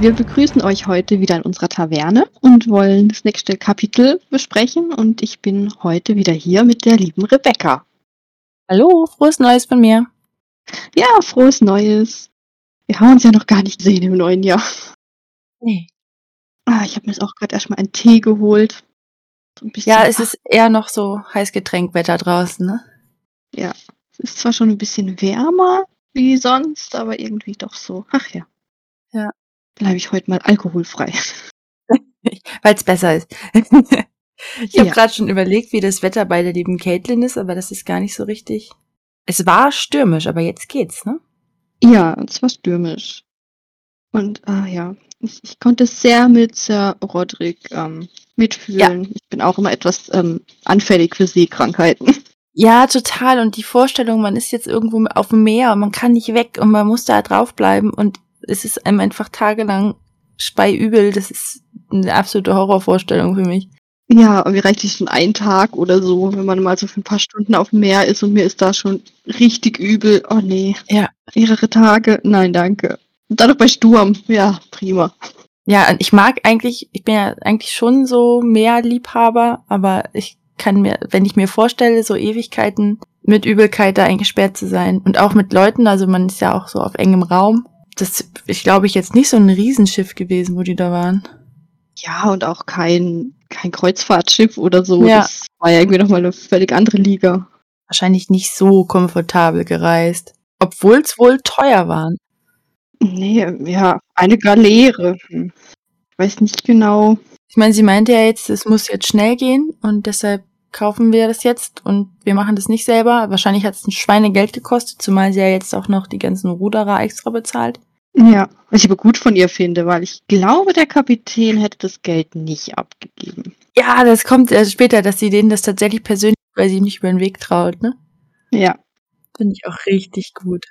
wir begrüßen euch heute wieder in unserer Taverne und wollen das nächste Kapitel besprechen. Und ich bin heute wieder hier mit der lieben Rebecca. Hallo, frohes Neues von mir. Ja, frohes Neues. Wir haben uns ja noch gar nicht gesehen im neuen Jahr. Nee. Ah, ich habe mir jetzt auch gerade erstmal einen Tee geholt. So ein bisschen, Ja, es ist eher noch so Heißgetränkwetter draußen, ne? es ist zwar schon ein bisschen wärmer wie sonst, aber irgendwie doch so. Ach ja. Ja. Bleibe ich heute mal alkoholfrei. Weil es besser ist. ich habe Ja. gerade schon überlegt, wie das Wetter bei der lieben Caitlin ist, aber das ist gar nicht so richtig. Es war stürmisch, aber jetzt geht's, ne? Ja, und zwar stürmisch. Und ah ja, ich, ich konnte sehr mit Sir Roderick ähm, mitfühlen. Ich bin auch immer etwas ähm, anfällig für Seekrankheiten. Ja, total. Und die Vorstellung, man ist jetzt irgendwo auf dem Meer und man kann nicht weg und man muss da draufbleiben und es ist einem einfach tagelang speiübel. Das ist eine absolute Horrorvorstellung für mich. Ja, und mir reicht es schon einen Tag oder so, wenn man mal so für ein paar Stunden auf dem Meer ist und mir ist da schon richtig übel. Oh nee. Ja. Mehrere Tage? Nein, danke. Und dann noch bei Sturm. Ja, prima. Ja, und ich mag eigentlich, ich bin ja eigentlich schon so mehr Liebhaber, aber ich kann mir, wenn ich mir vorstelle, so Ewigkeiten mit Übelkeit da eingesperrt zu sein und auch mit Leuten, also man ist ja auch so auf engem Raum. Das ist, glaube ich, jetzt nicht so ein Riesenschiff gewesen, wo die da waren. Ja, und auch kein, kein Kreuzfahrtschiff oder so. Ja. Das war ja irgendwie nochmal eine völlig andere Liga. Wahrscheinlich nicht so komfortabel gereist. Obwohl's wohl teuer waren. Nee, ja, eine Galeere. Hm. Ich weiß nicht genau. Ich meine, sie meinte ja jetzt, es muss jetzt schnell gehen und deshalb kaufen wir das jetzt und wir machen das nicht selber. Wahrscheinlich hat es ein Schweinegeld gekostet, zumal sie ja jetzt auch noch die ganzen Ruderer extra bezahlt. Ja, was ich aber gut von ihr finde, weil ich glaube, der Kapitän hätte das Geld nicht abgegeben. Ja, das kommt erst später, dass sie denen das tatsächlich persönlich, weil sie ihm nicht über den Weg traut, ne? Ja. Finde ich auch richtig gut.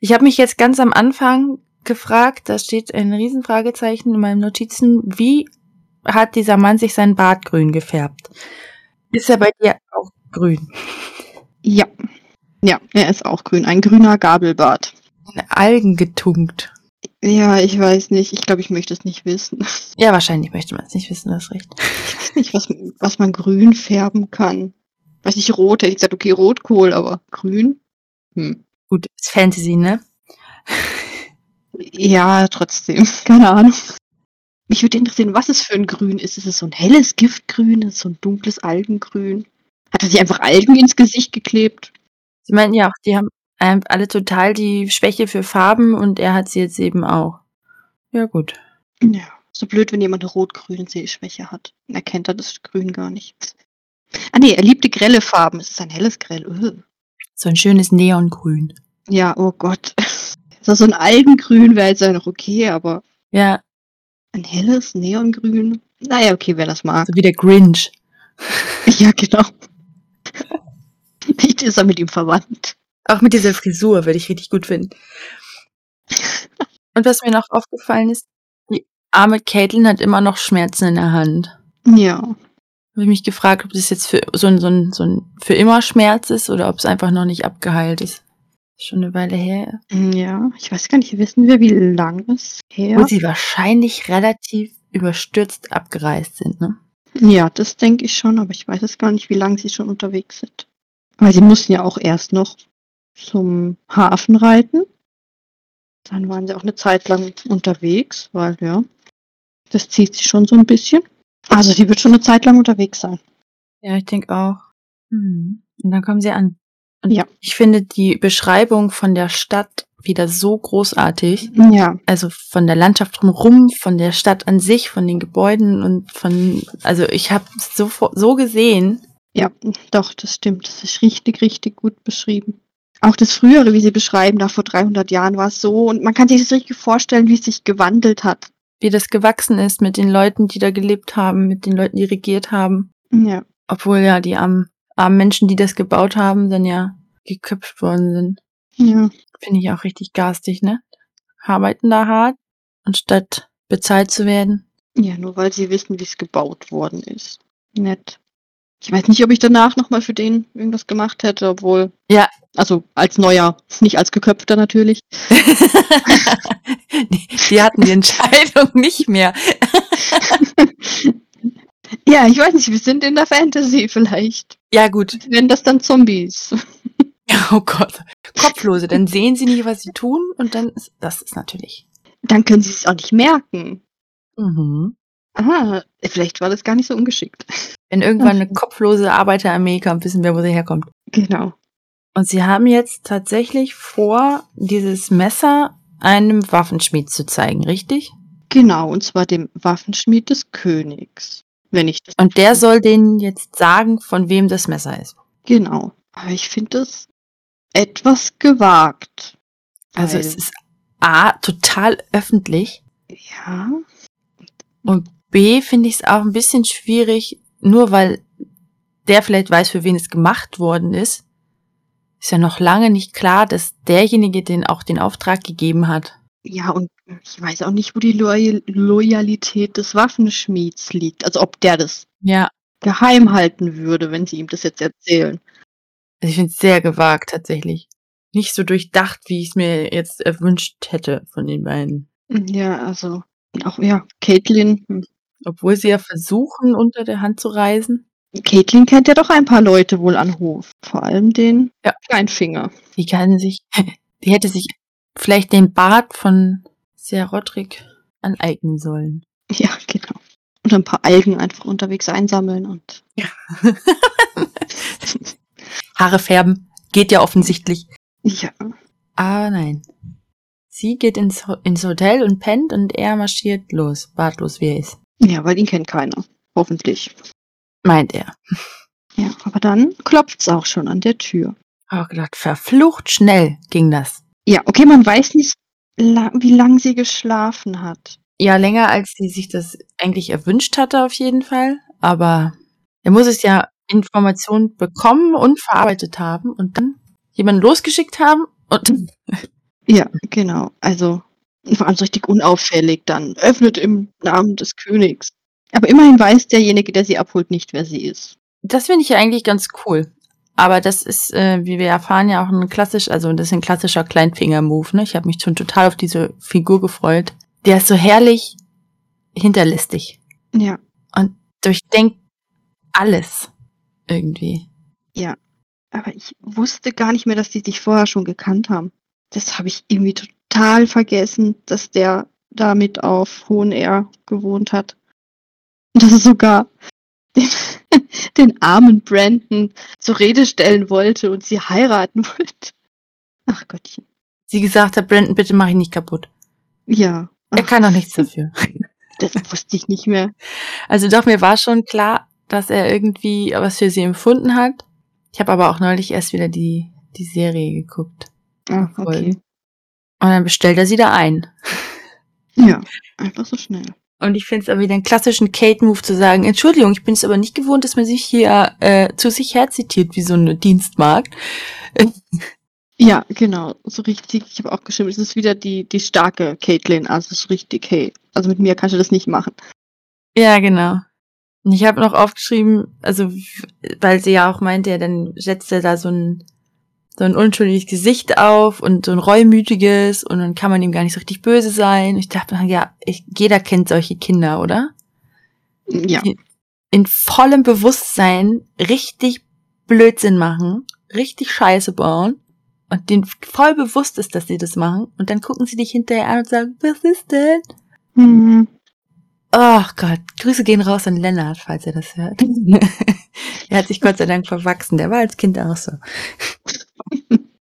Ich habe mich jetzt ganz am Anfang gefragt, da steht ein Riesenfragezeichen in meinen Notizen, wie hat dieser Mann sich seinen Bart grün gefärbt? Ist er bei dir auch grün? Ja. Ja, er ist auch grün. Ein grüner Gabelbart. In Algen getunkt. Ja, ich weiß nicht. Ich glaube, ich möchte es nicht wissen. Ja, wahrscheinlich möchte man es nicht wissen, das ist recht. Ich weiß nicht, was, was man grün färben kann. Weiß nicht, rot. Hätte ich gesagt, okay, Rotkohl, aber grün? Hm. Gut, ist Fantasy, ne? Ja, trotzdem. Keine Ahnung. Mich würde interessieren, was es für ein Grün ist. Ist es so ein helles Giftgrün? Ist es so ein dunkles Algengrün? Hat er sich einfach Algen ins Gesicht geklebt? Sie meinten ja auch, die haben ähm, alle total die Schwäche für Farben und er hat sie jetzt eben auch. Ja, gut. Ja. So blöd, wenn jemand eine rot-grüne Sehschwäche hat. Dann erkennt er das Grün gar nicht. Ah nee, er liebte grelle Farben. Es ist ein helles Grell. Ugh. So ein schönes Neongrün. Ja, oh Gott. So so ein Algengrün wäre jetzt ja noch okay, aber Ja, ein helles Neongrün? Naja, okay, wer das mag. so wie der Grinch. Ja, genau. Vielleicht ist er mit ihm verwandt. Auch mit dieser Frisur würde ich richtig gut finden. Und was mir noch aufgefallen ist, die arme Caitlin hat immer noch Schmerzen in der Hand. Ja. Habe ich mich gefragt, ob das jetzt für so ein, so ein, so ein für immer Schmerz ist oder ob es einfach noch nicht abgeheilt ist. Schon eine Weile her. Ja, ich weiß gar nicht, wissen wir, wie lang es her? Wo sie wahrscheinlich relativ überstürzt abgereist sind, ne? Ja, das denke ich schon, aber ich weiß es gar nicht, wie lange sie schon unterwegs sind. Weil sie mussten ja auch erst noch zum Hafen reiten. Dann waren sie auch eine Zeit lang unterwegs, weil ja, das zieht sie schon so ein bisschen. Also die wird schon eine Zeit lang unterwegs sein. Ja, ich denke auch. Hm. Und dann kommen sie an. Und Ja. ich finde die Beschreibung von der Stadt wieder so großartig. Ja, also von der Landschaft drumherum, von der Stadt an sich, von den Gebäuden und von, also ich habe so vor- so gesehen. ja, doch, das stimmt. Das ist richtig, richtig gut beschrieben. Auch das Frühere, wie sie beschreiben, da vor 300 Jahren war es so. Und man kann sich das richtig vorstellen, wie es sich gewandelt hat. wie das gewachsen ist mit den Leuten, die da gelebt haben, mit den Leuten, die regiert haben. Ja, Obwohl ja die armen, armen Menschen, die das gebaut haben, dann ja geköpft worden sind. ja, Finde ich auch richtig garstig, ne? Arbeiten da hart, anstatt bezahlt zu werden. ja, nur weil sie wissen, wie es gebaut worden ist. Nett. Ich weiß nicht, ob ich danach nochmal für den irgendwas gemacht hätte, obwohl. Ja. Also als neuer, nicht als geköpfter natürlich. Die, die hatten die Entscheidung nicht mehr. Ja, ich weiß nicht, wir sind in der Fantasy vielleicht. Ja, gut. Wenn das dann Zombies. Oh Gott. Kopflose, dann sehen sie nicht, was sie tun und dann ist das ist natürlich. Dann können sie es auch nicht merken. Mhm. Ah, vielleicht war das gar nicht so ungeschickt. Wenn irgendwann eine kopflose Arbeiterarmee kommt, wissen wir, wo sie herkommt. Genau. Und sie haben jetzt tatsächlich vor, dieses Messer einem Waffenschmied zu zeigen, richtig? Genau, und zwar dem Waffenschmied des Königs. Wenn ich das. Und der soll denen jetzt sagen, von wem das Messer ist. Genau. Aber ich finde das etwas gewagt. Also weil- es ist A, total öffentlich Ja. und B, finde ich es auch ein bisschen schwierig, nur weil der vielleicht weiß, für wen es gemacht worden ist, ist ja noch lange nicht klar, dass derjenige den auch den Auftrag gegeben hat. Ja, und ich weiß auch nicht, wo die Loyal Loyalität des Waffenschmieds liegt. Also ob der das Ja. geheim halten würde, wenn sie ihm das jetzt erzählen. Also ich finde es sehr gewagt tatsächlich. Nicht so durchdacht, wie ich es mir jetzt erwünscht hätte von den beiden. Ja, also auch ja, Caitlin. hm. Obwohl sie ja versuchen, unter der Hand zu reisen. Caitlin kennt ja doch ein paar Leute wohl an Hof. Vor allem den Ja. Kleinfinger. Die kann sich, die hätte sich vielleicht den Bart von Sir Roderick aneignen sollen. Ja, genau. Und ein paar Algen einfach unterwegs einsammeln und. Ja. Haare färben geht ja offensichtlich. ja. Aber Ah, nein. Sie geht ins, Ho- ins Hotel und pennt und er marschiert los, bartlos wie er ist. Ja, weil ihn kennt keiner. Hoffentlich. Meint er. Ja, aber dann klopft's auch schon an der Tür. Hab gedacht, verflucht schnell ging das. Ja, okay, man weiß nicht, la wie lange sie geschlafen hat. Ja, länger als sie sich das eigentlich erwünscht hatte auf jeden Fall. Aber er muss es ja Informationen bekommen und verarbeitet haben und dann jemanden losgeschickt haben und Ja, genau. Also vor allem so richtig unauffällig dann. Öffnet im Namen des Königs. Aber immerhin weiß derjenige, der sie abholt, nicht, wer sie ist. das finde ich ja eigentlich ganz cool. Aber das ist, äh, wie wir erfahren, ja auch ein klassisch, also das ist ein klassischer Kleinfinger-Move. Ne? Ich habe mich schon total auf diese Figur gefreut. Der ist so herrlich hinterlistig. Ja, Durchdenkt alles irgendwie. aber ich wusste gar nicht mehr, dass die sich vorher schon gekannt haben. Das habe ich irgendwie total vergessen, dass der damit auf Hohen Air gewohnt hat. Und dass er sogar den, den armen Brandon zur Rede stellen wollte und sie heiraten wollte. Ach Gottchen. Sie gesagt hat, Brandon, bitte mach ihn nicht kaputt. Ja. Er Ach, kann doch nichts dafür. Das wusste ich nicht mehr. Also doch, mir war schon klar, dass er irgendwie was für sie empfunden hat. Ich habe aber auch neulich erst wieder die, die Serie geguckt. Ah, Voll. Und dann bestellt er sie da ein. Ja, einfach so schnell. Und ich finde es aber wieder einen klassischen Kate-Move zu sagen, Entschuldigung, ich bin es aber nicht gewohnt, dass man sich hier äh, zu sich her zitiert wie so eine Dienstmarkt. Ja, genau. So richtig, ich habe auch geschrieben, es ist wieder die, die starke Caitlin. Also es ist richtig, hey, also mit mir kannst du das nicht machen. Ja, genau. Und ich habe noch aufgeschrieben, also w- weil sie ja auch meinte, ja, dann setzt er da so ein so ein unschuldiges Gesicht auf und so ein reumütiges und dann kann man ihm gar nicht so richtig böse sein. Ich dachte, ja, ich, jeder kennt solche Kinder, oder? Ja, In vollem Bewusstsein richtig Blödsinn machen, richtig Scheiße bauen und denen voll bewusst ist, dass sie das machen und dann gucken sie dich hinterher an und sagen, was ist denn? mhm. Ach Gott, Grüße gehen raus an Lennart, falls er das hört. er hat sich Gott sei Dank verwachsen, der war als Kind auch so.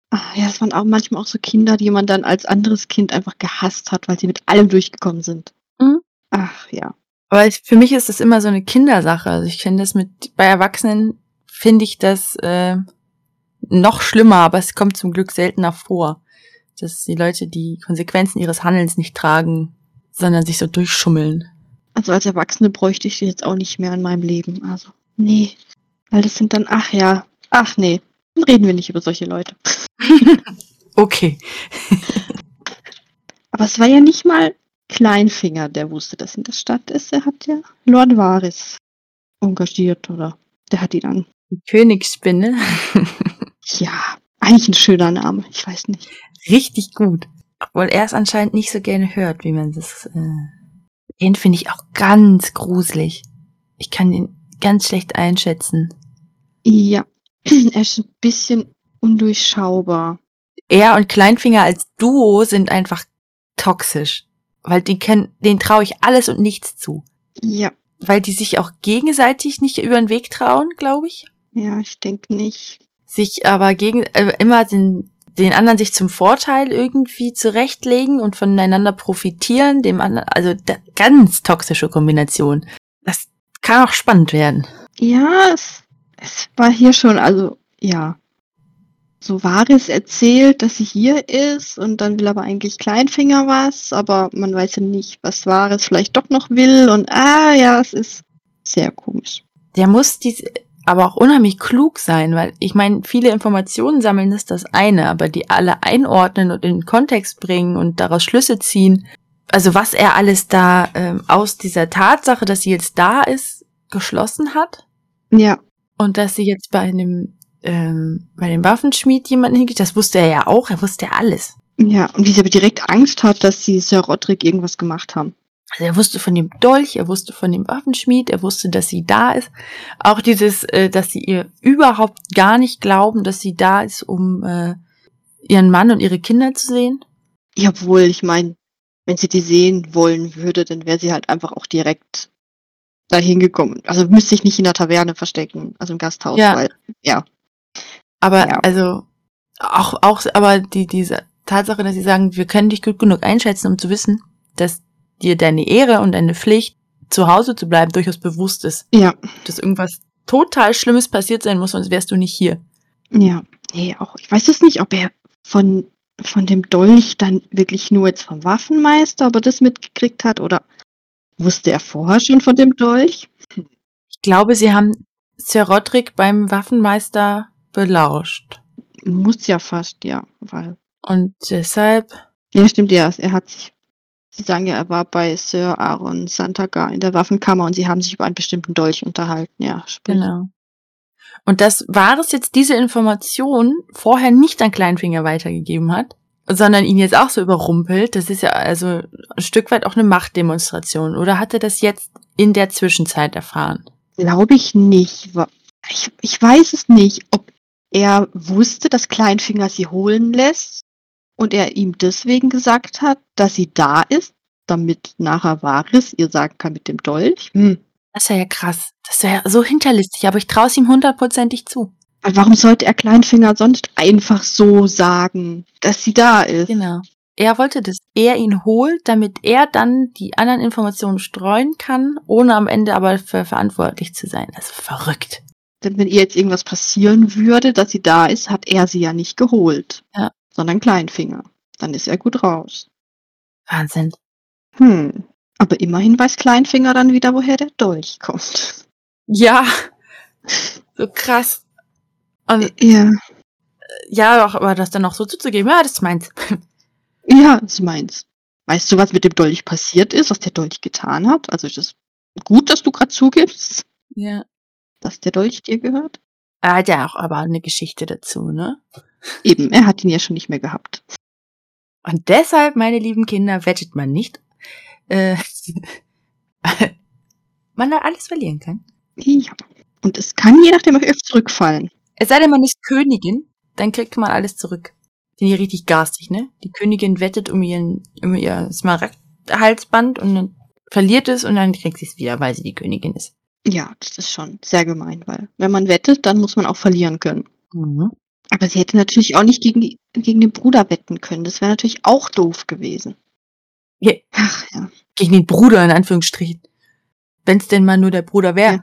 Ah, ja, das waren auch manchmal auch so Kinder, die man dann als anderes Kind einfach gehasst hat, weil sie mit allem durchgekommen sind. Mhm. Ach ja. Aber ich, für mich ist das immer so eine Kindersache. Also ich kenne das mit, bei Erwachsenen finde ich das äh, noch schlimmer, aber es kommt zum Glück seltener vor, dass die Leute die Konsequenzen ihres Handelns nicht tragen, sondern sich so durchschummeln. Also als Erwachsene bräuchte ich die jetzt auch nicht mehr in meinem Leben. Also, nee. Weil das sind dann, ach ja, ach nee. Dann reden wir nicht über solche Leute. Okay. Aber es war ja nicht mal Kleinfinger, der wusste, dass in der Stadt ist. Er hat ja Lord Varis engagiert oder Der hat die dann. Die Königsspinne. Ja, eigentlich ein schöner Name. Ich weiß nicht. Richtig gut. Obwohl er es anscheinend nicht so gerne hört, wie man das. Äh, den finde ich auch ganz gruselig. Ich kann ihn ganz schlecht einschätzen. Ja, er ist ein bisschen undurchschaubar. Er und Kleinfinger als Duo sind einfach toxisch. Weil die können, den traue ich alles und nichts zu. Ja, Weil die sich auch gegenseitig nicht über den Weg trauen, glaube ich. ja, ich denke nicht. Sich aber gegen, äh, immer den, den anderen sich zum Vorteil irgendwie zurechtlegen und voneinander profitieren, dem anderen, also da, ganz toxische Kombination. Das kann auch spannend werden. Ja, es, es war hier schon, also ja. So Varis erzählt, dass sie hier ist und dann will aber eigentlich Kleinfinger was, aber man weiß ja nicht, was Varis vielleicht doch noch will und ah ja, es ist sehr komisch. der muss dies aber auch unheimlich klug sein, weil ich meine, viele Informationen sammeln ist das eine, aber die alle einordnen und in den Kontext bringen und daraus Schlüsse ziehen. Also was er alles da ähm, aus dieser Tatsache, dass sie jetzt da ist, geschlossen hat Ja, und dass sie jetzt bei einem ähm, bei dem Waffenschmied jemanden hingeht, das wusste er ja auch, er wusste ja alles. ja, und wie sie aber direkt Angst hat, dass sie Sir Roderick irgendwas gemacht haben. Also er wusste von dem Dolch, er wusste von dem Waffenschmied, er wusste, dass sie da ist. Auch dieses, äh, dass sie ihr überhaupt gar nicht glauben, dass sie da ist, um äh, ihren Mann und ihre Kinder zu sehen. Ja, obwohl, ich meine, wenn sie die sehen wollen würde, dann wäre sie halt einfach auch direkt dahin gekommen. Also müsste sich nicht in der Taverne verstecken, also im Gasthaus, Ja. weil Aber Ja. also auch, auch, aber die, diese Tatsache, dass sie sagen, wir können dich gut genug einschätzen, um zu wissen, dass dir deine Ehre und deine Pflicht, zu Hause zu bleiben, durchaus bewusst ist. ja, Dass irgendwas total Schlimmes passiert sein muss, sonst wärst du nicht hier. ja. Nee, auch, ich weiß es nicht, ob er von, von dem Dolch dann wirklich nur jetzt vom Waffenmeister, ob er das mitgekriegt hat oder wusste er vorher schon von dem Dolch? Ich glaube, sie haben Sir Roderick beim Waffenmeister belauscht. Muss ja fast, ja, weil. Und deshalb, Ja, stimmt, ja, er hat sich. Sie sagen ja, er war bei Sir Aaron Santagar in der Waffenkammer und sie haben sich über einen bestimmten Dolch unterhalten, ja. sprich- genau. Und das war es jetzt, diese Information vorher nicht an Kleinfinger weitergegeben hat, sondern ihn jetzt auch so überrumpelt. Das ist ja also ein Stück weit auch eine Machtdemonstration. Oder hat er das jetzt in der Zwischenzeit erfahren? Glaube ich nicht. wa- Ich, ich weiß es nicht, ob er wusste, dass Kleinfinger sie holen lässt und er ihm deswegen gesagt hat, dass sie da ist, damit nachher Varis ihr sagen kann mit dem Dolch. Hm. Das ist ja krass. Das ist ja so hinterlistig, aber ich traue es ihm hundertprozentig zu. Aber Warum sollte er Kleinfinger sonst einfach so sagen, dass sie da ist? Genau. Er wollte, dass er ihn holt, damit er dann die anderen Informationen streuen kann, ohne am Ende aber für verantwortlich zu sein. Also verrückt. Denn wenn ihr jetzt irgendwas passieren würde, dass sie da ist, hat er sie ja nicht geholt, Ja. sondern Kleinfinger. Dann ist er gut raus. Wahnsinn. Hm. Aber immerhin weiß Kleinfinger dann wieder, woher der Dolch kommt. Ja. So krass. Und Ja, ja, auch, aber das dann auch so zuzugeben, ja, das ist meins. ja, das ist meins. Weißt du, was mit dem Dolch passiert ist, was der Dolch getan hat? Also ist es gut, dass du gerade zugibst, Ja. dass der Dolch dir gehört? Er hat ja auch aber eine Geschichte dazu, ne? Eben, er hat ihn ja schon nicht mehr gehabt. Und deshalb, meine lieben Kinder, wettet man nicht, äh, man da alles verlieren kann. Ja. Und es kann je nachdem auf euch zurückfallen. Es sei denn, man ist Königin, dann kriegt man alles zurück. Sind die richtig garstig, ne? Die Königin wettet um ihren, um ihr Smaragd-Halsband und dann verliert es und dann kriegt sie es wieder, weil sie die Königin ist. Ja, das ist schon sehr gemein, weil wenn man wettet, dann muss man auch verlieren können. Aber sie hätte natürlich auch nicht gegen, die, gegen den Bruder wetten können. Das wäre natürlich auch doof gewesen. Ja. Ach ja. Gegen den Bruder, in Anführungsstrichen. Wenn es denn mal nur der Bruder wäre.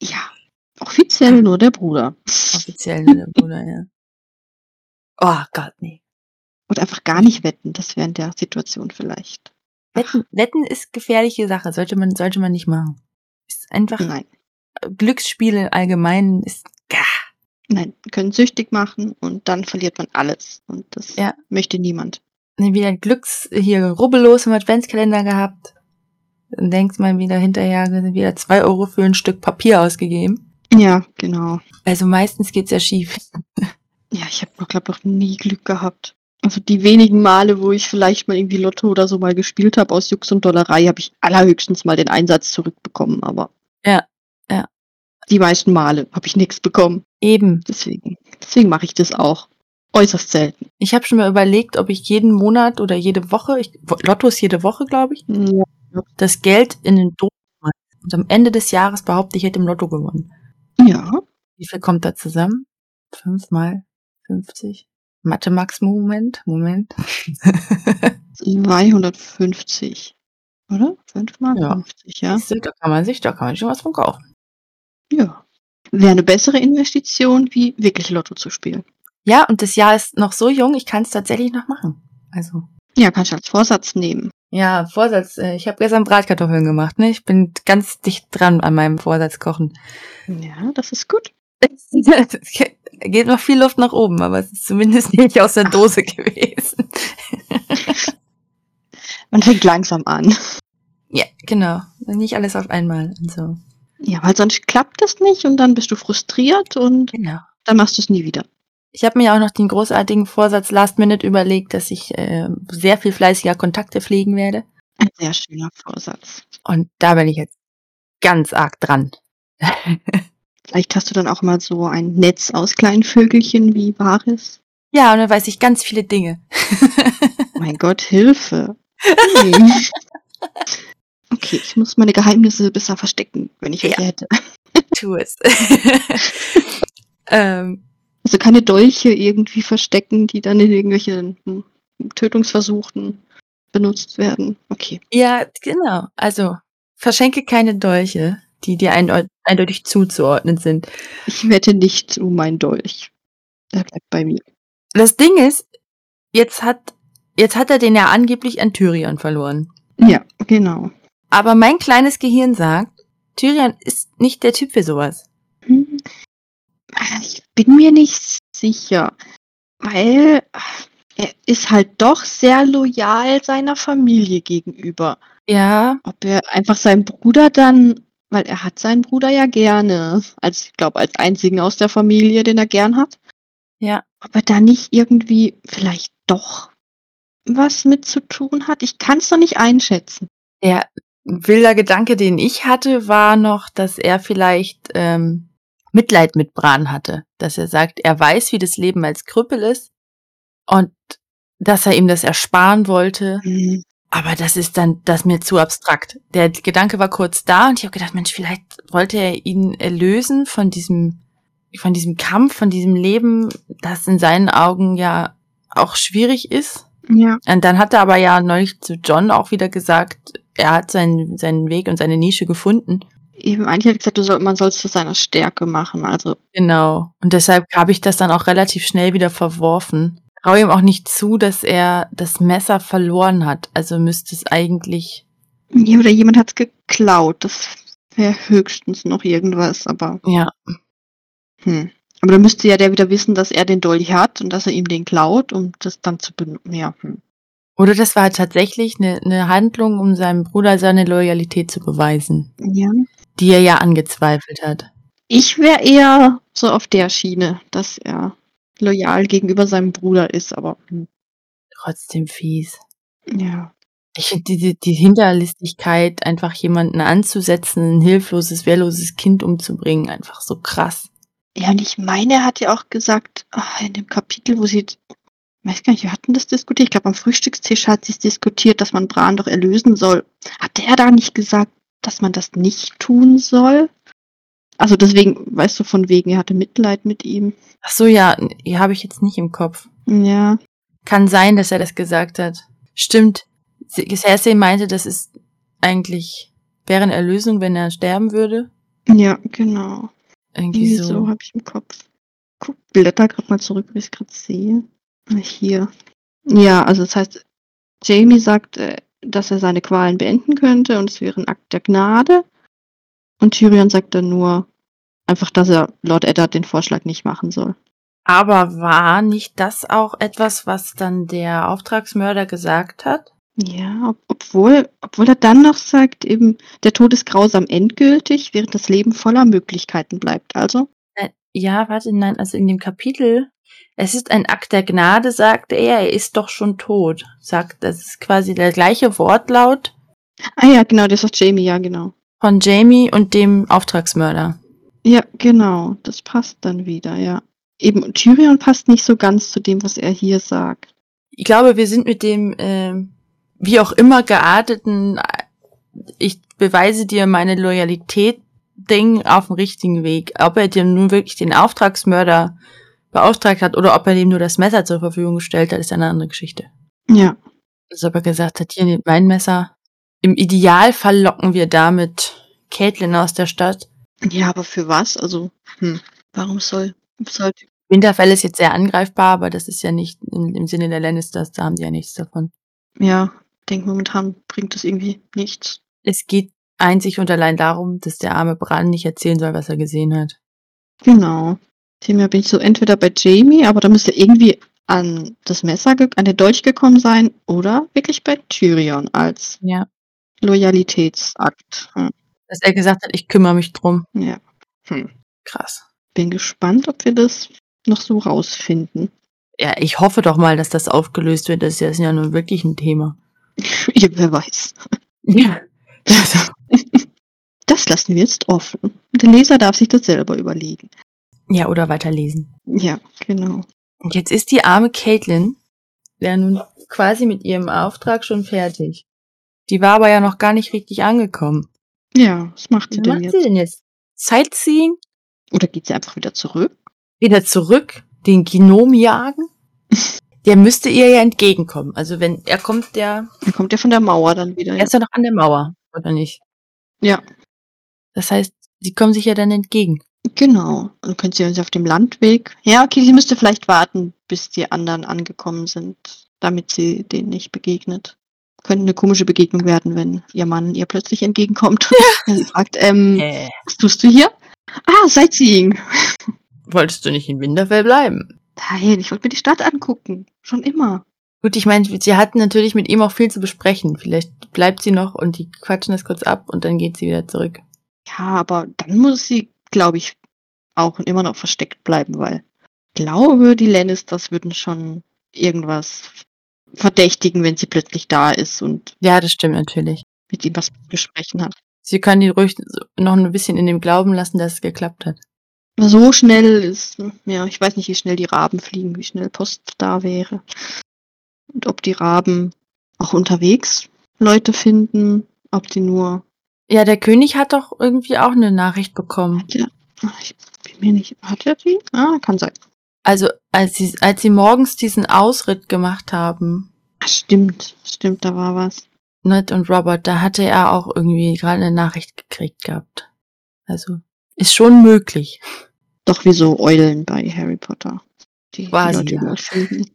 Ja. Offiziell nur der Bruder. Offiziell nur der Bruder, ja. Oh Gott, nee. Und einfach gar nicht wetten. Das wäre in der Situation vielleicht. Wetten, wetten ist gefährliche Sache, sollte man, sollte man nicht machen. Ist einfach, Nein. Glücksspiele allgemein ist, Nein, können süchtig machen und dann verliert man alles. Und das Ja. möchte niemand. Dann wieder Glücks hier rubbellos im Adventskalender gehabt. Dann denkt man wieder hinterher, sind wieder zwei Euro für ein Stück Papier ausgegeben. Ja, genau. Also meistens geht's ja schief. Ja, ich habe, glaube ich, noch nie Glück gehabt. Also die wenigen Male, wo ich vielleicht mal irgendwie Lotto oder so mal gespielt habe aus Jux und Dollerei, habe ich allerhöchstens mal den Einsatz zurückbekommen, aber Ja, ja. die meisten Male habe ich nichts bekommen. Eben. Deswegen, deswegen mache ich das auch. Äußerst selten. Ich habe schon mal überlegt, ob ich jeden Monat oder jede Woche, ich, Lotto ist jede Woche, glaube ich, Ja, das Geld in den Dom. Und am Ende des Jahres behaupte ich, ich hätte im Lotto gewonnen. ja, Wie viel kommt da zusammen? Fünf mal 50. Mathe Max Moment, Moment. 250. Oder? 5 mal Ja. 50, ja? Siehst du, Da kann man sich, da kann man sich schon was von kaufen. Ja. Wäre eine bessere Investition, wie wirklich Lotto zu spielen. Ja, und das Jahr ist noch so jung, ich kann es tatsächlich noch machen. Also. Ja, kannst du als Vorsatz nehmen. Ja, Vorsatz. äh, Ich habe gestern Bratkartoffeln gemacht, ne? Ich bin ganz dicht dran an meinem Vorsatz kochen. Ja, das ist gut. Es geht noch viel Luft nach oben, aber es ist zumindest nicht aus der Dose gewesen. Man fängt langsam an. Ja, genau. Nicht alles auf einmal und so. Ja, weil sonst klappt das nicht und dann bist du frustriert und Genau. dann machst du es nie wieder. Ich habe mir auch noch den großartigen Vorsatz Last Minute überlegt, dass ich äh, sehr viel fleißiger Kontakte pflegen werde. Ein sehr schöner Vorsatz. Und da bin ich jetzt ganz arg dran. Vielleicht hast du dann auch mal so ein Netz aus kleinen Vögelchen wie Baris. Ja, und dann weiß ich ganz viele Dinge. Mein Gott, Hilfe. Hm. Okay, ich muss meine Geheimnisse besser verstecken, wenn ich welche Ja. hätte. Tu es. ähm, Also keine Dolche irgendwie verstecken, die dann in irgendwelchen hm, Tötungsversuchen benutzt werden. Okay. Ja, genau. Also verschenke keine Dolche, die dir eindeu- eindeutig zuzuordnen sind. Ich wette nicht um meinen Dolch. Der bleibt bei mir. Das Ding ist, jetzt hat, jetzt hat er den ja angeblich an Tyrion verloren. Ja, genau. Aber mein kleines Gehirn sagt, Tyrion ist nicht der Typ für sowas. Hm. Ich bin mir nicht sicher, weil er ist halt doch sehr loyal seiner Familie gegenüber. Ja, Ob er einfach seinen Bruder dann, weil er hat seinen Bruder ja gerne, als ich glaube als einzigen aus der Familie, den er gern hat. Ja. Ob er da nicht irgendwie vielleicht doch was mit zu tun hat? Ich kann es doch nicht einschätzen. der wilder Gedanke, den ich hatte, war noch, dass er vielleicht ähm, Mitleid mit Bran hatte. Dass er sagt, er weiß, wie das Leben als Krüppel ist und dass er ihm das ersparen wollte. Aber das ist dann, das ist mir zu abstrakt. Der Gedanke war kurz da und ich habe gedacht, Mensch, vielleicht wollte er ihn erlösen von diesem, von diesem Kampf, von diesem Leben, das in seinen Augen ja auch schwierig ist. Ja. Und dann hat er aber ja neulich zu John auch wieder gesagt, er hat seinen, seinen Weg und seine Nische gefunden. Eben, eigentlich hat er gesagt, du soll, man soll es zu seiner Stärke machen. Also, Genau. Und deshalb habe ich das dann auch relativ schnell wieder verworfen. Traue ihm auch nicht zu, dass er das Messer verloren hat. Also müsste es eigentlich ja, oder jemand hat es geklaut. Das wäre höchstens noch irgendwas, aber. Ja. Hm. Aber dann müsste ja der wieder wissen, dass er den Dolch hat und dass er ihm den klaut, um das dann zu benutzen. Ja, hm. Oder das war tatsächlich eine, eine Handlung, um seinem Bruder seine Loyalität zu beweisen, ja. die er ja angezweifelt hat. Ich wäre eher so auf der Schiene, dass er loyal gegenüber seinem Bruder ist, aber hm. Trotzdem fies. ja. Ich finde die, die Hinterlistigkeit, einfach jemanden anzusetzen, ein hilfloses, wehrloses Kind umzubringen, einfach so krass. Ja, und ich meine, er hat ja auch gesagt, ah, in dem Kapitel, wo sie, weiß gar nicht, wir hatten das diskutiert, ich glaube, am Frühstückstisch hat sie es diskutiert, dass man Bran doch erlösen soll. Hat er da nicht gesagt, dass man das nicht tun soll? Also deswegen, weißt du, von wegen, er hatte Mitleid mit ihm. Ach so, ja, die habe ich jetzt nicht im Kopf. Ja, Kann sein, dass er das gesagt hat. Stimmt. Sie- Cersei meinte, das ist eigentlich, wäre eine Erlösung, wenn er sterben würde. ja, genau. Irgendwie Irgendwie so. so habe ich im Kopf. Guck, blätter gerade mal zurück, wie ich es gerade sehe. Ah, Hier. Ja, also das heißt, Jamie sagt, äh, dass er seine Qualen beenden könnte und es wäre ein Akt der Gnade. Und Tyrion sagt dann nur, einfach, dass er Lord Eddard den Vorschlag nicht machen soll. Aber war nicht das auch etwas, was dann der Auftragsmörder gesagt hat? Ja, ob, obwohl, obwohl er dann noch sagt, eben, der Tod ist grausam endgültig, während das Leben voller Möglichkeiten bleibt. Also, Nein, ja, warte, nein, also in dem Kapitel, es ist ein Akt der Gnade, sagt er, er ist doch schon tot. Sagt, das ist quasi der gleiche Wortlaut ah ja, genau, das ist Jamie, ja, genau. von Jamie und dem Auftragsmörder. Ja, genau, das passt dann wieder, ja. Eben, Tyrion passt nicht so ganz zu dem, was er hier sagt. Ich glaube, wir sind mit dem, ähm, wie auch immer gearteten, äh, ich beweise dir meine Loyalität Ding auf dem richtigen Weg. Ob er dir nun wirklich den Auftragsmörder beauftragt hat oder ob er ihm nur das Messer zur Verfügung gestellt hat, ist eine andere Geschichte. Ja, Also ob er gesagt hat, hier nimmt mein Messer. Im Idealfall locken wir damit Caitlin aus der Stadt. ja, aber für was? Also, hm, warum soll, sollte, Winterfell ist jetzt sehr angreifbar, aber das ist ja nicht im, im Sinne der Lannisters, da haben die ja nichts davon. ja, denk momentan bringt das irgendwie nichts. Es geht einzig und allein darum, dass der arme Bran nicht erzählen soll, was er gesehen hat. Genau. Thema bin ich so entweder bei Jamie, aber da müsste irgendwie an das Messer, ge- an den Dolch gekommen sein, oder wirklich bei Tyrion als Ja. Loyalitätsakt. Hm, Dass er gesagt hat, ich kümmere mich drum. ja. Hm. Krass. Bin gespannt, ob wir das noch so rausfinden. Ja, ich hoffe doch mal, dass das aufgelöst wird. Das ist ja- ist ja nun wirklich ein Thema. Ja, wer weiß. Ja. Also, Das lassen wir jetzt offen. Der Leser darf sich das selber überlegen. ja, oder weiterlesen. Ja, genau. Und jetzt ist die arme Caitlin ja nun quasi mit ihrem Auftrag schon fertig. Die war aber ja noch gar nicht richtig angekommen. Ja, was macht sie Was denn macht jetzt? sie denn jetzt? Sightseeing? Oder geht sie einfach wieder zurück? Wieder zurück? Den Gnom jagen? Der müsste ihr ja entgegenkommen. Also wenn er kommt, der Dann kommt ja von der Mauer dann wieder. er ist ja noch an der Mauer, oder nicht? Ja. Das heißt, sie kommen sich ja dann entgegen. Genau. Dann könnt ihr uns auf dem Landweg. Ja, okay, sie müsste vielleicht warten, bis die anderen angekommen sind, damit sie denen nicht begegnet. Könnte eine komische Begegnung werden, wenn ihr Mann ihr plötzlich entgegenkommt. Ja. Sie fragt, ähm, Äh, was tust du hier? Ah, Sightseeing. wolltest du nicht in Winterfell bleiben? Nein, ich wollte mir die Stadt angucken. Schon immer. Gut, ich meine, sie hatten natürlich mit ihm auch viel zu besprechen. Vielleicht bleibt sie noch und die quatschen das kurz ab und dann geht sie wieder zurück. Ja, aber dann muss sie, glaube ich, auch immer noch versteckt bleiben, weil ich glaube, die Lannisters würden schon irgendwas verdächtigen, wenn sie plötzlich da ist und Ja, das stimmt natürlich. mit ihm was gesprochen hat. Sie können die ruhig so- noch ein bisschen in dem Glauben lassen, dass es geklappt hat. So schnell ist, ja, ich weiß nicht, wie schnell die Raben fliegen, wie schnell Post da wäre. Und ob die Raben auch unterwegs Leute finden, ob die nur, Ja, der König hat doch irgendwie auch eine Nachricht bekommen. Ach, ich bin mir nicht, hat er die? Ah, kann sein. Also, als sie, als sie morgens diesen Ausritt gemacht haben, Ah, Stimmt, stimmt, da war was. Ned und Robert, da hatte er auch irgendwie gerade eine Nachricht gekriegt gehabt. Also, ist schon möglich. Doch wie so Eulen bei Harry Potter. Die, die Quasi, Leute ja. überall finden.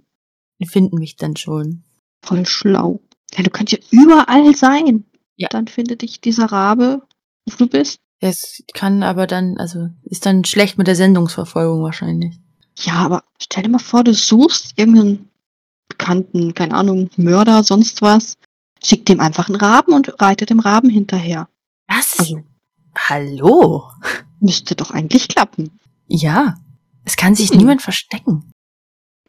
Die finden mich dann schon. Voll schlau. Ja, du kannst ja überall sein. Ja. Dann findet dich dieser Rabe, wo du bist. Es kann aber dann, also, ist dann schlecht mit der Sendungsverfolgung wahrscheinlich. Ja, aber stell dir mal vor, du suchst irgendeinen bekannten, keine Ahnung, Mörder, sonst was. Schick dem einfach einen Raben und reitet dem Raben hinterher. Was? ist- Also Hallo? müsste doch eigentlich klappen. Ja. Es kann sich Hm. niemand verstecken.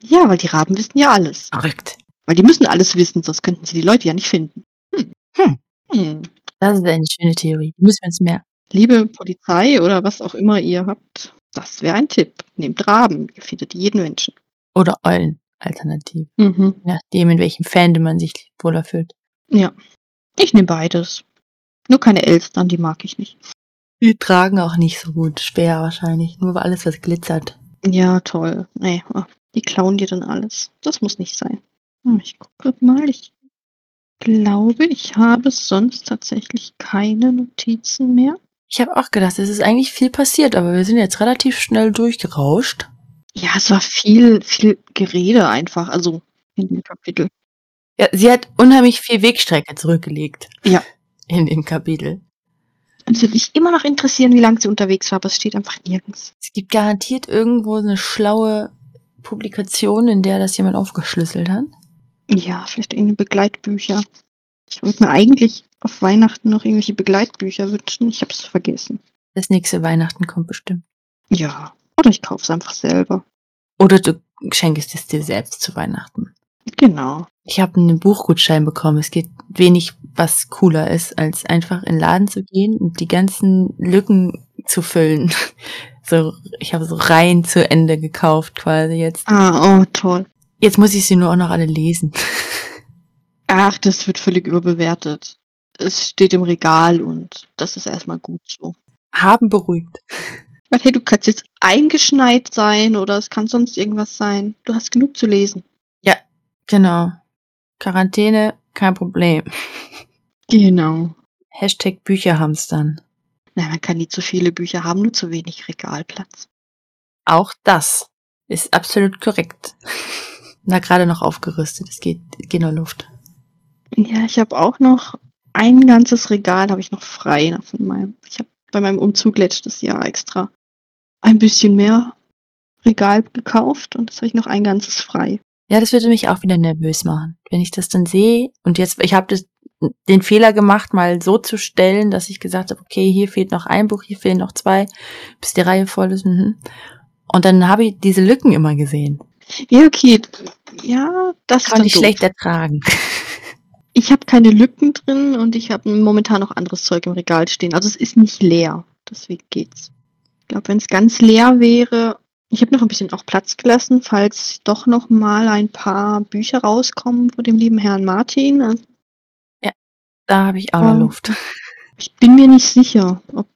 Ja, weil die Raben wissen ja alles. Verrückt. Weil die müssen alles wissen, sonst könnten sie die Leute ja nicht finden. Hm. Hm. Hm. Das ist eine schöne Theorie. Die Müssen wir uns merken. Liebe Polizei oder was auch immer ihr habt, das wäre ein Tipp. Nehmt Raben, ihr findet jeden Menschen. Oder Eulen alternativ. Mhm. Je nachdem, in welchem Fandom man sich wohler fühlt. Ja, ich nehme beides. Nur keine Elstern, die mag ich nicht. Die tragen auch nicht so gut. Schwer wahrscheinlich. Nur weil alles, was glitzert. Ja, toll. Nee, ah, die klauen dir dann alles. Das muss nicht sein. Hm, Ich gucke grad mal. Ich glaube, ich habe sonst tatsächlich keine Notizen mehr. Ich habe auch gedacht, es ist eigentlich viel passiert, aber wir sind jetzt relativ schnell durchgerauscht. Ja, es war viel, viel Gerede einfach. Also in dem Kapitel. Ja, sie hat unheimlich viel Wegstrecke zurückgelegt. Ja. In dem Kapitel. Es würde mich immer noch interessieren, wie lange sie unterwegs war, aber es steht einfach nirgends. Es gibt garantiert irgendwo eine schlaue Publikation, in der das jemand aufgeschlüsselt hat. Ja, vielleicht irgendeine Begleitbücher. Ich würde mir eigentlich auf Weihnachten noch irgendwelche Begleitbücher wünschen. Ich habe es vergessen. Das nächste Weihnachten kommt bestimmt. Ja. Oder ich kaufe es einfach selber. Oder du schenkest es dir selbst zu Weihnachten. Genau. Ich habe einen Buchgutschein bekommen. Es geht wenig, was cooler ist, als einfach in den Laden zu gehen und die ganzen Lücken zu füllen. So, ich habe so rein zu Ende gekauft quasi jetzt. Ah, oh, toll. Jetzt muss ich sie nur auch noch alle lesen. Ach, das wird völlig überbewertet. Es steht im Regal und das ist erstmal gut so. Haben beruhigt. Weil, hey, du kannst jetzt eingeschneit sein oder es kann sonst irgendwas sein. Du hast genug zu lesen. Genau. Quarantäne, kein Problem. Genau. Hashtag Bücherhamstern. Na, man kann nie zu viele Bücher haben, nur zu wenig Regalplatz. Auch das ist absolut korrekt. Na, gerade noch aufgerüstet. Es geht, geht nur Luft. Ja, ich habe auch noch ein ganzes Regal, habe ich noch frei von meinem. Ich habe bei meinem Umzug letztes Jahr extra ein bisschen mehr Regal gekauft und das habe ich noch ein ganzes frei. Ja, das würde mich auch wieder nervös machen, wenn ich das dann sehe. Und jetzt, ich habe den Fehler gemacht, mal so zu stellen, dass ich gesagt habe, okay, hier fehlt noch ein Buch, hier fehlen noch zwei, bis die Reihe voll ist. Mhm. Und dann habe ich diese Lücken immer gesehen. Ja, okay. Ja, das Kann ist ich dann schlecht doof. ertragen. Ich habe keine Lücken drin und ich habe momentan noch anderes Zeug im Regal stehen. Also es ist nicht leer. Deswegen geht's. Ich glaube, wenn es ganz leer wäre, ich habe noch ein bisschen auch Platz gelassen, falls doch noch mal ein paar Bücher rauskommen von dem lieben Herrn Martin. Also Da habe ich auch noch Ähm, Luft. Ich bin mir nicht sicher, ob.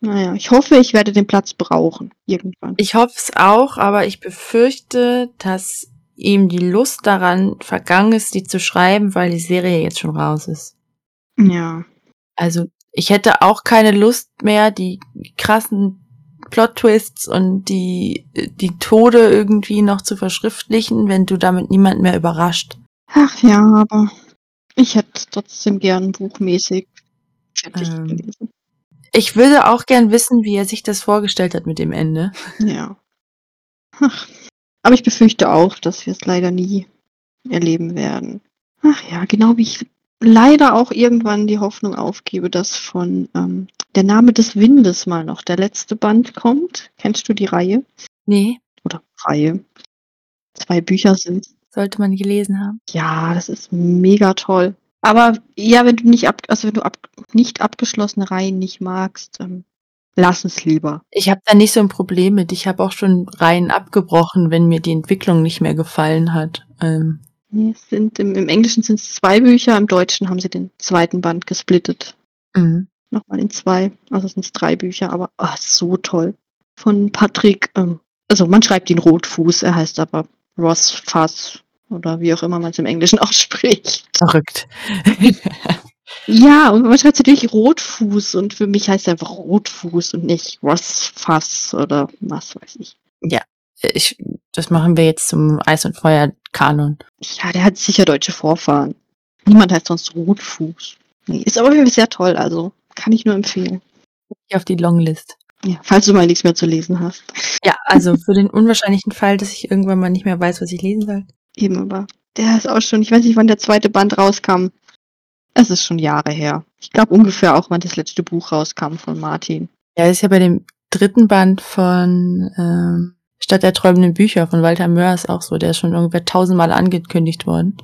Naja, ich hoffe, ich werde den Platz brauchen irgendwann. Ich hoffe es auch, aber ich befürchte, dass ihm die Lust daran vergangen ist, die zu schreiben, weil die Serie jetzt schon raus ist. Ja. Also ich hätte auch keine Lust mehr, die krassen Plot-Twists und die, die Tode irgendwie noch zu verschriftlichen, wenn du damit niemanden mehr überrascht. Ach ja, aber ich hätte trotzdem gern buchmäßig fertig Ähm. gelesen. Ich würde auch gern wissen, wie er sich das vorgestellt hat mit dem Ende. Ja. Ach. Aber ich befürchte auch, dass wir es leider nie erleben werden. Ach ja, genau wie ich leider auch irgendwann die Hoffnung aufgebe, dass von ähm, der Name des Windes mal noch der letzte Band kommt. Kennst du die Reihe? Nee, Oder Reihe. Zwei Bücher sind. sollte man gelesen haben. Ja, das ist mega toll. Aber ja, wenn du nicht ab, also wenn du ab, nicht abgeschlossene Reihen nicht magst, ähm, lass es lieber. Ich habe da nicht so ein Problem mit. Ich habe auch schon Reihen abgebrochen, wenn mir die Entwicklung nicht mehr gefallen hat. Ähm, Nee, Es sind im, im Englischen sind es zwei Bücher, im Deutschen haben sie den zweiten Band gesplittet. mhm. Nochmal in zwei. Also sind es drei Bücher, aber ah, so toll. Von Patrick, ähm, also man schreibt ihn Rotfuß, er heißt aber Ross Fass oder wie auch immer man es im Englischen ausspricht. Verrückt. Ja, und man schreibt natürlich Rotfuß und für mich heißt er einfach Rotfuß und nicht Rossfass oder was weiß ich. ich, das machen wir jetzt zum Eis- und Feuer-Kanon. Ja, der hat sicher deutsche Vorfahren. Niemand heißt sonst Rotfuß. Nee, ist aber wirklich sehr toll, also kann ich nur empfehlen. Auf die Longlist. Ja, falls du mal nichts mehr zu lesen hast. Ja, also für den unwahrscheinlichen Fall, dass ich irgendwann mal nicht mehr weiß, was ich lesen soll. Eben aber. Der ist auch schon, ich weiß nicht, wann der zweite Band rauskam. Es ist schon Jahre her. Ich glaube ungefähr auch, wann das letzte Buch rauskam von Martin. Ja, das ist ja bei dem dritten Band von ähm, Stadt der träumenden Bücher von Walter Mörs auch so. Der ist schon ungefähr tausendmal angekündigt worden.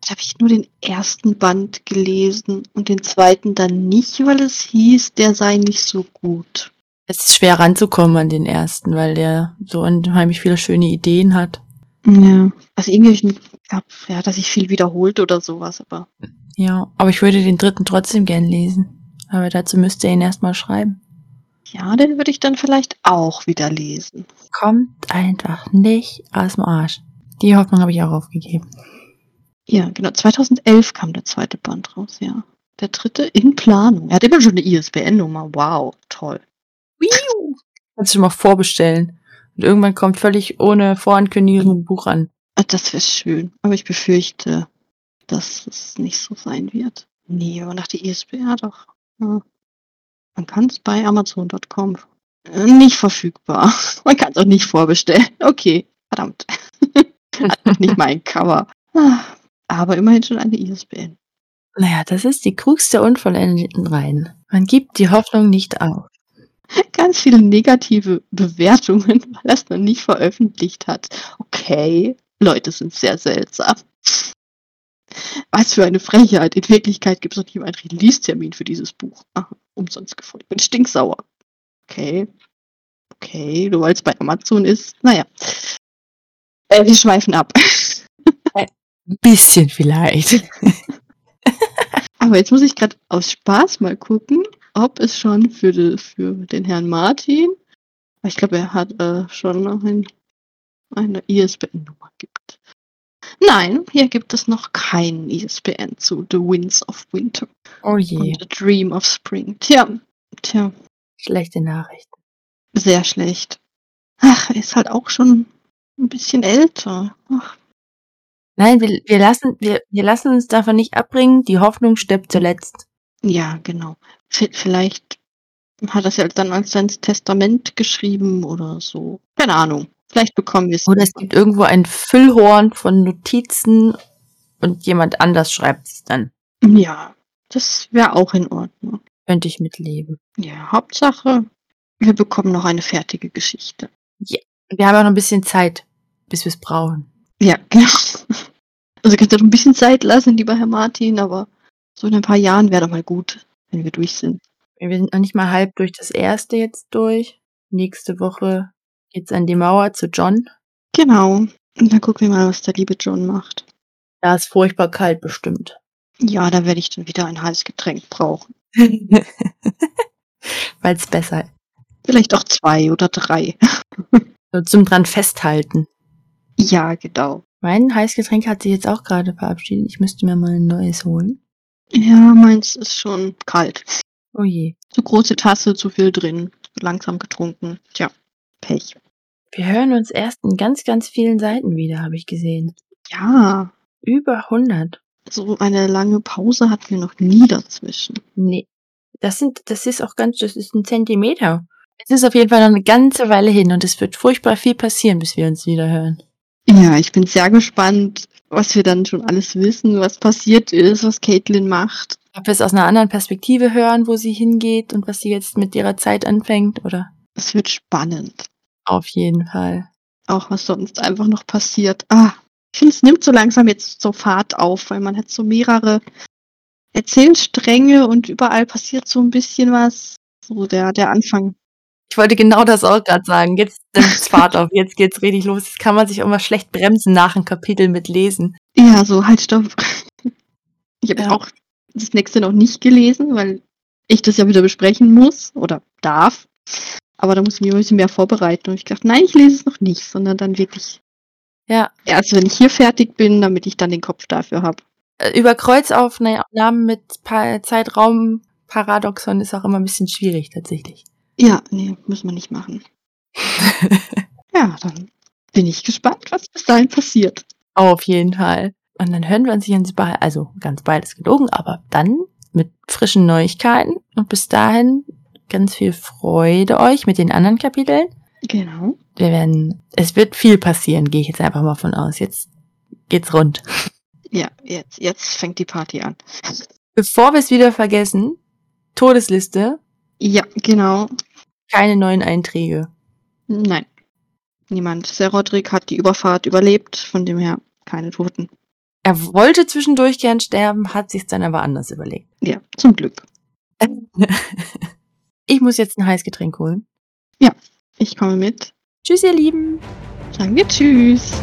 Da habe ich nur den ersten Band gelesen und den zweiten dann nicht, weil es hieß, der sei nicht so gut. Es ist schwer ranzukommen an den ersten, weil der so unheimlich viele schöne Ideen hat. Ja. Also irgendwie gab ja, dass ich viel wiederholt oder sowas, aber Ja, aber ich würde den dritten trotzdem gern lesen. Aber dazu müsste er ihn erstmal schreiben. ja, den würde ich dann vielleicht auch wieder lesen. Kommt einfach nicht aus dem Arsch. Die Hoffnung habe ich auch aufgegeben. Ja, genau. 2011 kam der zweite Band raus, ja. Der dritte in Planung. Er hat immer schon eine ISBN-Nummer. Wow, toll. Kannst du schon mal vorbestellen. Und irgendwann kommt völlig ohne Vorankündigung ein Buch an. Ah, Das wäre schön. Aber ich befürchte, dass es nicht so sein wird. Nee, aber nach der E ISBN doch. Ja. Man kann es bei Amazon.com äh, nicht verfügbar. Man kann es auch nicht vorbestellen. Okay, verdammt. Hat auch nicht mein Cover. Ah, aber immerhin schon eine E ISBN. Naja, das ist die Krux der unvollendeten Reihen. Man gibt die Hoffnung nicht auf. Ganz viele negative Bewertungen, weil er es noch nicht veröffentlicht hat. Okay, Leute sind sehr seltsam. Was für eine Frechheit. In Wirklichkeit gibt es noch nicht mal einen Release-Termin für dieses Buch. Aha, umsonst gefunden. Bin stinksauer. Okay. Okay, nur weil es bei Amazon ist. Naja. Äh, wir schweifen ab. Ein bisschen vielleicht. Aber jetzt muss ich gerade aus Spaß mal gucken, ob es schon für, de, für den Herrn Martin, weil ich glaube, er hat äh, schon noch ein, eine ISBN-Nummer gibt. Nein, hier gibt es noch keinen ISBN zu The Winds of Winter Oh je, und The Dream of Spring. Tja, tja, schlechte Nachricht. sehr schlecht. Ach, er ist halt auch schon ein bisschen älter. Ach, Nein, wir, wir, lassen, wir, wir lassen uns davon nicht abbringen. Die Hoffnung stirbt zuletzt. ja, genau. V vielleicht hat er es ja dann als sein Testament geschrieben oder so. Keine Ahnung. Vielleicht bekommen wir es. Oder es gibt irgendwo ein Füllhorn von Notizen und jemand anders schreibt es dann. Ja, das wäre auch in Ordnung. Könnte ich mitleben. Ja, Hauptsache, wir bekommen noch eine fertige Geschichte. Wir haben auch noch ein bisschen Zeit, bis wir es brauchen. Ja, genau. Also kannst du noch ein bisschen Zeit lassen, lieber Herr Martin, aber so in ein paar Jahren wäre doch mal gut, wenn wir durch sind. Wir sind noch nicht mal halb durch das erste jetzt durch. Nächste Woche geht's an die Mauer zu John. Genau. Und dann gucken wir mal, was der liebe John macht. Da ist furchtbar kalt bestimmt. Ja, da werde ich dann wieder ein heißes Getränk brauchen. Weil es besser ist. Vielleicht auch zwei oder drei. So zum dran festhalten. Ja, genau. Mein Heißgetränk hat sich jetzt auch gerade verabschiedet. Ich müsste mir mal ein neues holen. Ja, meins ist schon kalt. Oh je. Zu große Tasse, zu viel drin. Langsam getrunken. Tja, Pech. Wir hören uns erst in ganz, ganz vielen Seiten wieder, habe ich gesehen. Ja, Über 100. so eine lange Pause hatten wir noch nie dazwischen. Nee. Das sind, das ist auch ganz, das ist ein Zentimeter. Es ist auf jeden Fall noch eine ganze Weile hin und es wird furchtbar viel passieren, bis wir uns wieder hören. Ja, ich bin sehr gespannt, was wir dann schon alles wissen, was passiert ist, was Caitlin macht. Ob wir es aus einer anderen Perspektive hören, wo sie hingeht und was sie jetzt mit ihrer Zeit anfängt, oder? Es wird spannend. Auf jeden Fall. Auch was sonst einfach noch passiert. Ah, ich finde, es nimmt so langsam jetzt so Fahrt auf, weil man hat so mehrere Erzählstränge und überall passiert so ein bisschen was. So der, der Anfang. Ich wollte genau das auch gerade sagen. Jetzt nimmt's Fahrt auf, jetzt geht's richtig los. Jetzt kann man sich auch mal schlecht bremsen nach einem Kapitel mit Lesen. Ja, so halt stopp. Ich habe Ja. auch das nächste noch nicht gelesen, weil ich das ja wieder besprechen muss oder darf. Aber da muss ich mich ein bisschen mehr vorbereiten. Und ich dachte, nein, ich lese es noch nicht, sondern dann wirklich Ja. erst, wenn ich hier fertig bin, damit ich dann den Kopf dafür habe. Äh, Über Kreuzaufnahmen mit Pa- Zeitraumparadoxon ist auch immer ein bisschen schwierig tatsächlich. Ja, nee, müssen wir nicht machen. Ja, dann bin ich gespannt, was bis dahin passiert. Auf jeden Fall. Und dann hören wir uns hier bei, also ganz beides gelogen, aber dann mit frischen Neuigkeiten. Und bis dahin ganz viel Freude euch mit den anderen Kapiteln. Genau. Wir werden, es wird viel passieren, gehe ich jetzt einfach mal von aus. Jetzt geht's rund. Ja, jetzt, jetzt fängt die Party an. Bevor wir es wieder vergessen, Todesliste, Ja, genau. keine neuen Einträge. Nein. Niemand. Der Rodrik hat die Überfahrt überlebt, von dem her keine Toten. Er wollte zwischendurch gern sterben, hat sich's dann aber anders überlegt. Ja, zum Glück. Ich muss jetzt ein Heißgetränk holen. Ich komme mit. Tschüss, ihr Lieben. Sagen wir Tschüss.